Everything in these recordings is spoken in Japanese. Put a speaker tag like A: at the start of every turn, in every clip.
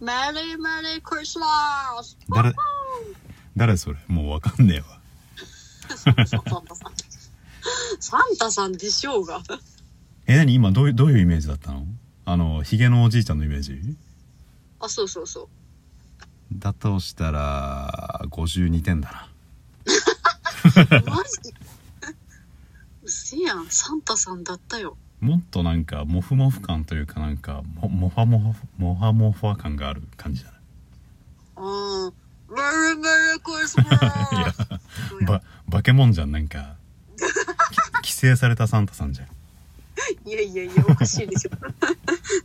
A: メリーメリークリスマス
B: 誰誰それもうわかんねえわ
A: サンタさんサンタさんでしょうが
B: え何今どういうどういうイメージだったのあのヒゲのおじいちゃんのイメージ
A: あそうそうそう
B: だとしたら52点だな
A: マジうせやんサンタさんだったよ
B: もっとなんかモフモフ感というかなんかもモファモフモファモファ感がある感じじゃない
A: うんメリーメリークリスマス
B: いや
A: そうや
B: ばバケモンじゃんなんか き規制されたサンタさんじゃん
A: いやいやいやおかしいでしょ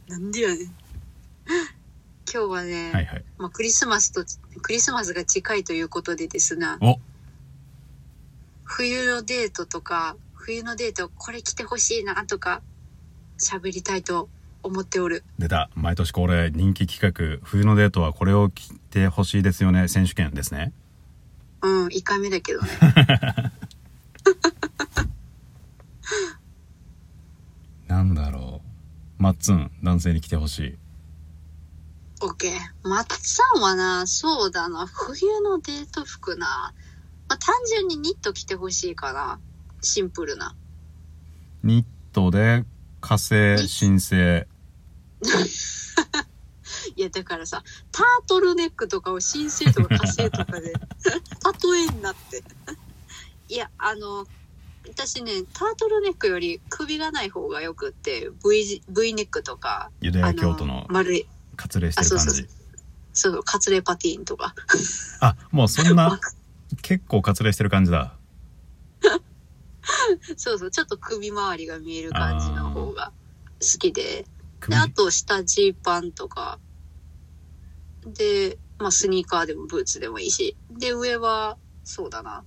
A: なんでやねん今日はね、
B: はいはい
A: まあ、クリスマスとクリスマスが近いということでですが
B: お
A: 冬のデートとか冬のデートこれ着てほしいなとか喋りたいと思っておる
B: 出た毎年恒例人気企画冬のデートはこれを着てほしいですよね選手権ですね
A: うん1回目だけどね
B: なんだろうマッツン男性に着てほしい
A: OK マッツさんはなそうだな冬のデート服な、まあ、単純にニット着てほしいからシンプルな
B: ニットで火星新星
A: いやだからさタートルネックとかを新生とか火星とかで例えんなっていやあの私ねタートルネックより首がない方がよくって V, 字 v ネックとか
B: ユダ
A: あ
B: ヤ教徒の
A: 丸い
B: 割礼してる
A: あ
B: 感
A: そうそ
B: じ
A: うそうカツレパティーンとか
B: あもうそん
A: わ
B: な結構割礼してる感じだ
A: そうそうちょっと首周りが見える感じの方が好きで
B: 首
A: であと下ジーパンとかで、まあ、スニーカーでもブーツでもいいしで上はそうだな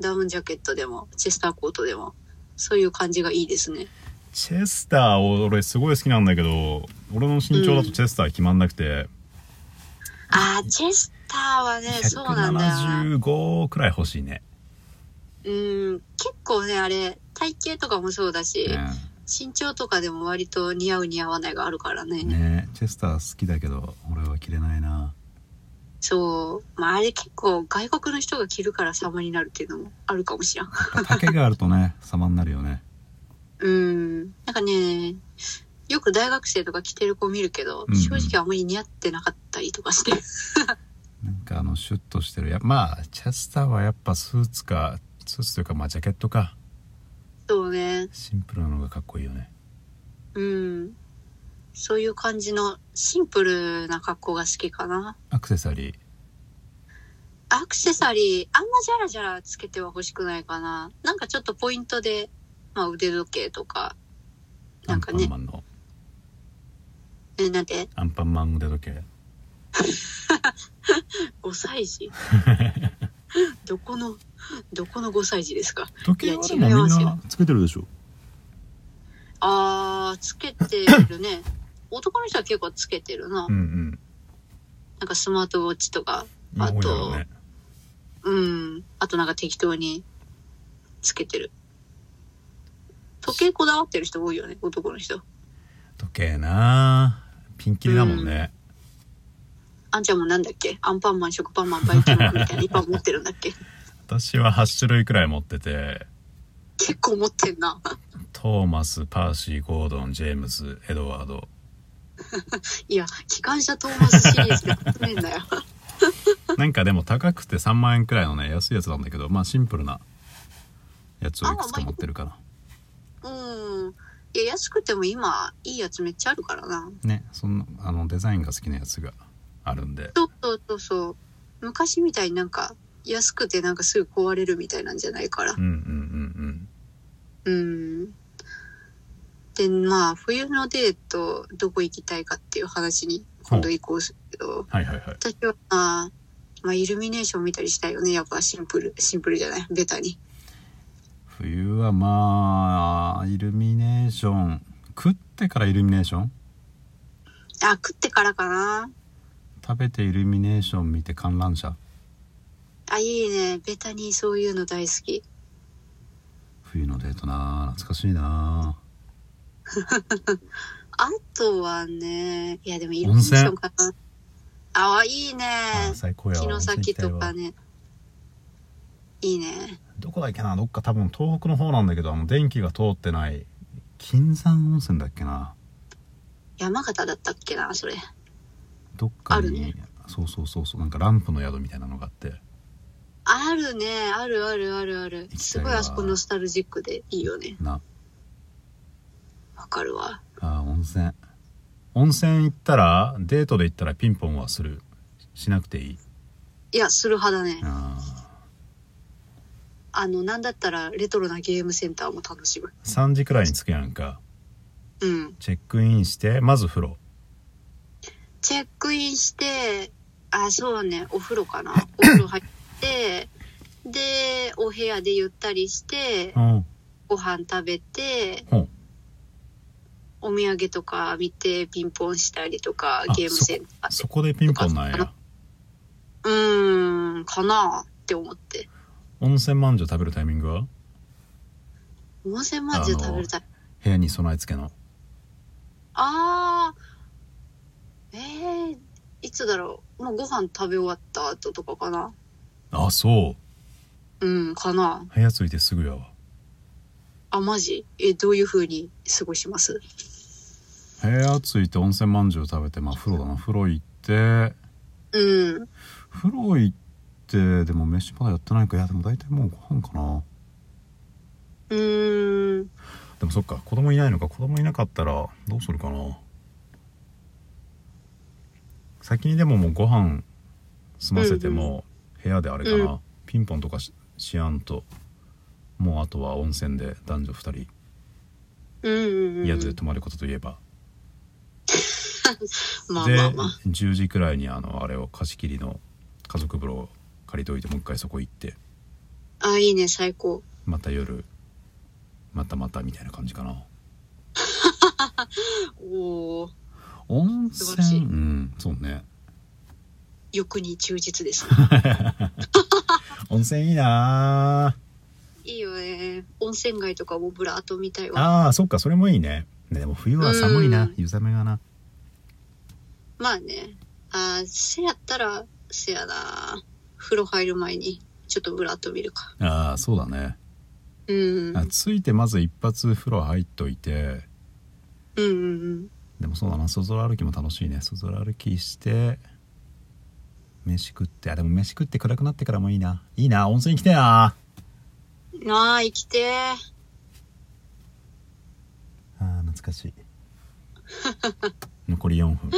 A: ダウンジャケットでもチェスターコートでもそういう感じがいいですね
B: チェスターを俺すごい好きなんだけど俺の身長だとチェスター決まんなくて、
A: あーチェスターはねそうなんだよな
B: 175くらい欲しいね、
A: うん結構ねあれ体型とかもそうだし、
B: う
A: 身長とかでも割と似合う似合わないがあるからね
B: ん、ねチェスター好きだけど俺は着れないな
A: そうまああれ結構外国の人が着るから様になるっていうのもあるかもしれん
B: やっぱ丈があるとね 様になるよね
A: うん。なんかね、よく大学生とか着てる子見るけど、
B: うんうん
A: 正直あんまり似合ってなかったりとかして。
B: なんかあのシュッとしてるやまあチェスターはやっぱスーツかスーツというかまあジャケットか
A: そうね。
B: シンプルなのがかっこいいよね
A: うん。そういう感じのシンプルな格好が好きかな。
B: アクセサリー
A: アクセサリー、あんまジャラジャラつけては欲しくないかな。なんかちょっとポイントで、まあ腕時計とか、
B: ア
A: な
B: ン
A: んか
B: パ
A: ね
B: ンマンの
A: え、なんで
B: アンパンマン腕時計
A: 5歳 児どこの、どこの5歳児ですか
B: 時計はでもみん
A: いや違いま
B: なつけてるでしょ
A: あー、つけてるね。 男の人は結構つけてるな。
B: うんうん
A: なんかスマートウォッチとか、
B: 多いだ
A: あ
B: ろう
A: と
B: ね
A: うん。あとなんか適当につけてる。時計こだわってる人多いよね、男の人。
B: 時計なあピンキリだもんね、
A: あんちゃんもなんだっけアンパンマン、食パンマン、バイキンマンみたいないっぱい持ってるんだっけ
B: 私は8種類くらい持ってて
A: 結構持ってんな。
B: トーマスパーシーゴードンジェームズエドワード
A: いや、機関車トーマスシリーズで集めんだよ。
B: なんかでも高くて3万円くらいのね安いやつなんだけどまあシンプルなやつをいくつか持ってるかな
A: うん。いや、安くても今、いいやつめっちゃあるからな。
B: ねそんなあのデザインが好きなやつがあるんで
A: そうそうそうそう。昔みたいになんか、安くてなんかすぐ壊れるみたいなんじゃないから
B: うん。うんうん
A: うん。で、まあ、冬のデート、どこ行きたいかっていう話に今度移行するけど、
B: うんはいはいはい
A: 私は、まあ、まあ、イルミネーション見たりしたいよね。やっぱシンプル、シンプルじゃない、ベタに。
B: 冬はまあイルミネーション食ってからイルミネーション
A: あ、食ってからかな。
B: 食べてイルミネーション見て観覧車
A: あ、いいね。ベタにそういうの大好き。
B: 冬のデートなあ懐かしいなあ
A: あとはね、いやでもイルミネーションかな。ああ、いいね。
B: あー最高やわ
A: 城崎と
B: 温泉行きた
A: か
B: いわ
A: ね。いいね。
B: どこだっけなどっか多分東北の方なんだけどあの電気が通ってない金山温泉だっけな
A: 山形だったっけな、それ。
B: どっか
A: ある
B: に、
A: ね
B: そうそうそうそうなんかランプの宿みたいなのがあって
A: あるね。あるあるあるある
B: 行。きたい
A: すご
B: わ
A: いあそこノスタルジックでいいよね。
B: な
A: わかるわ。
B: あー温泉温泉行ったらデートで行ったらピンポンはするしなくていい
A: いや、する派だね。
B: あ
A: あの、なんだったらレトロなゲームセンターも楽しむ。
B: ー3時くらいに着くやんか
A: うん。
B: チェックインしてまず風呂
A: チェックインして、あ、そうね、お風呂か な。お風呂入って、で、お部屋でゆったりして
B: う、ん
A: ご飯食べて、
B: ほう
A: お土産とか見てピンポンしたりとか
B: あ
A: ゲームセンター
B: そこでピンポンなんや
A: うーんかなって思って
B: 温泉まんじゅう食べるタイミングは
A: 温泉まんじゅう食べるたい
B: 部屋に備え付けの
A: あーえー、いつだろうもうご飯食べ終わった後とかかな
B: あそう
A: うんかな
B: 部屋着いてすぐやわ
A: あマジえどういう風に過ごします
B: 部屋着いて温泉まんじゅう食べてまあ風呂だな風呂行って
A: うん
B: 風呂行ってでも飯まだやってないかいやでも大体もうご飯かな
A: うーん
B: でもそっか子供いないのか子供いなかったらどうするかな先にでももうご飯済ませても部屋であれかな、
A: う
B: ピンポンとかししやんともうあとは温泉で男女2
A: うんうんう
B: 人
A: ん
B: 宿で泊まることといえば、
A: まあ
B: で
A: まあまあ
B: 10時くらいにあのあれを貸し切りの家族風呂を借りといてもう一回そこ行って
A: あいいね最高
B: また夜またまたみたいな感じかな
A: おお
B: 温
A: 素晴らし
B: 泉
A: い
B: うんそうね
A: 欲に忠実です
B: 温泉いいない
A: いよね。温泉街とかもブラーと見たいわ。
B: ああーそっかそれもいいねねでも冬は寒いな、
A: うん
B: 湯冷めがな
A: まあね。あーせやったら、せやな。風呂入る前に、ちょっとブラーと見るか。
B: ああそうだね、
A: うん。
B: あついてまず一発風呂入っといて
A: うんうんうん。
B: でもそうだな外空歩きも楽しいね外空歩きして飯食ってあでも飯食って暗くなってからもいいないいな温泉行きたいな
A: なあ、生きてー。
B: あー懐かしい残り4分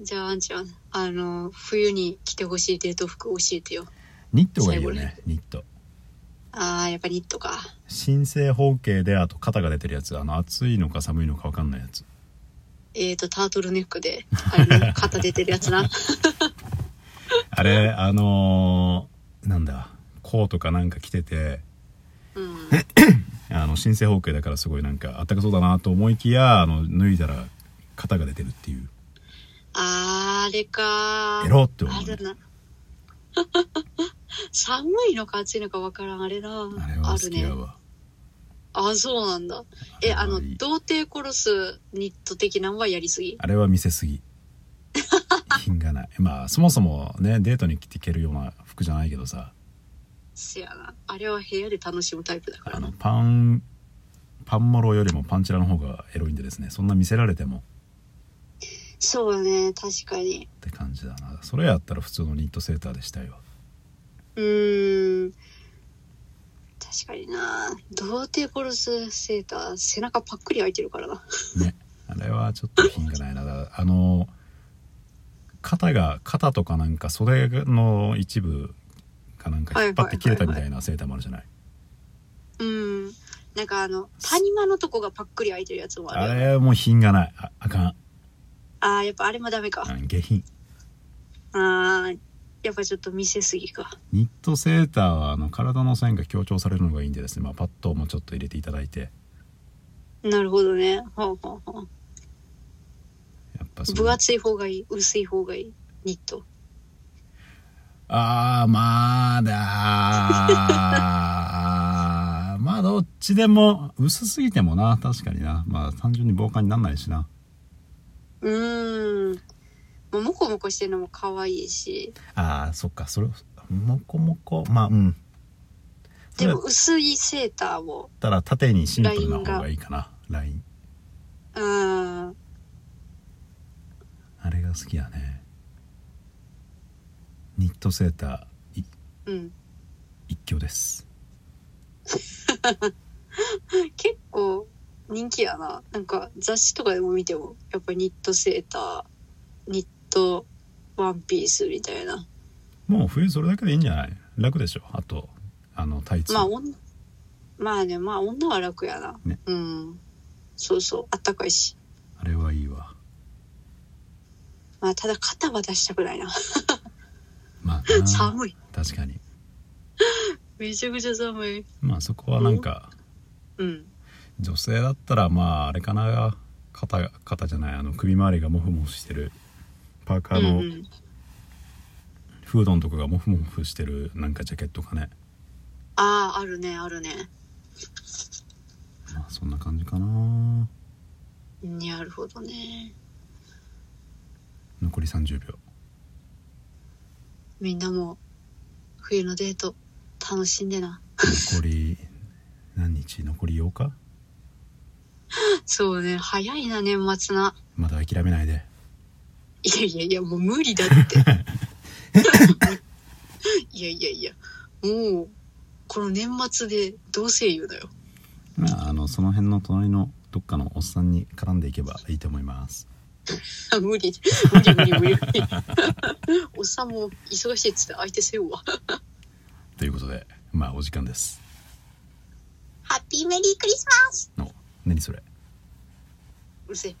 A: じゃあ、あんちゃん、あの、冬に着てほしいデート服教えてよ。
B: ニットがいいよねニット
A: ああ、やっぱニットか。
B: 新生方形であと肩が出てるやつあの暑いのか寒いのか分かんないやつ
A: えーと、タートルネックで、あれね、肩出てるやつ な。
B: あれあのー、なんだコートかなんか着てて
A: うん。
B: あの新生方形だからすごいなんかあったかそうだなと思いきやあの脱いだら肩が出てるっていう
A: あー、あれかー。
B: エロって思
A: あ
B: うね
A: るな。 寒いのか暑いのかわからんあれな。
B: あれは
A: あ
B: 好
A: る
B: き
A: ね
B: や。わ
A: あ、そうなんだ。え、あの
B: いい、
A: 童貞殺すニット的なのはやりすぎ。
B: あれは見せすぎ品がない まあそもそもねデートに着ていけるような服じゃないけどさ
A: せやな。あれは部屋で楽しむタイプだから
B: あの
A: な。
B: パンパンモロよりもパンチラの方がエロいんでですねそんな見せられても
A: そうだね、確かに。
B: って感じだなそれやったら普通のニットセーターでしたいわ
A: うーん。確かにな。童貞殺すセーター、背中パックリ開いてるからな。
B: ねあれはちょっと品がないなだあの肩が肩とかなんか袖の一部かなんか引っ張って切れたみたいなセーターもあるじゃない
A: うん。なんかあの、谷間のとこがパックリ開いてるやつもあ
B: あ
A: る。
B: れもう品がないああかん
A: ああー、やっぱあれもダメか。
B: うん下品
A: ああ、やっぱちょっと見せすぎか。
B: ニットセーターはあの体の線が強調されるのがいいんでですね、まあ、パッドもちょっと入れていただいて
A: なるほどね。ほうほうほう。
B: やっぱその
A: 分厚い方がいい、薄い方がいい、ニット。
B: ああまあだ まあどっちでも薄すぎてもな確かになまあ単純に防寒になんないしな
A: うーん。もうモコモコしてるのも可愛いし
B: ああそっかそれもこもこまあうんそ
A: で
B: れだ
A: も
B: っ
A: 薄いセーターを
B: たら縦にシンプルな方がいいかなライン
A: うん
B: あれが好きやねニットセーターい
A: うん
B: 一挙です
A: 結構人気やななんか雑誌とかでも見てもやっぱニットセーターニットワンピースみたいな
B: もう冬それだけでいいんじゃない楽でしょあとあのタイツ、
A: まあおんまあねまあ女は楽やな、
B: ね
A: うんそうそうあったかいし
B: あれはいいわ
A: まあただ肩は出したくないな
B: まあな
A: 寒い
B: 確かに
A: めちゃくちゃ寒い
B: まあそこはなんか
A: うん
B: 女性だったらまああれかな肩が肩じゃないあの首周りがモフモフしてるパーカー
A: うんう
B: の
A: ん、
B: フードのとこがモフモフしてるなんかジャケットかね、
A: あああるねあるね
B: まあそんな感じかな
A: なるほどね
B: 残り30秒
A: みんなも冬のデート楽しんでな
B: 残り何日残り8日
A: そうね早いな年末な
B: まだ諦めないで
A: いやいやいや、もう無理だ って。いやいやいや、もう、この年末でどうせ言うのよ。
B: まああのその辺の隣のどっかのおっさんに絡んでいけばいいと思います
A: 無理、無理無理無理 無理。おっさんも忙しいっつって相手せんわ。
B: ということでまあお時間です
A: ハッピーメリークリスマス
B: の何それ
A: うるせえ。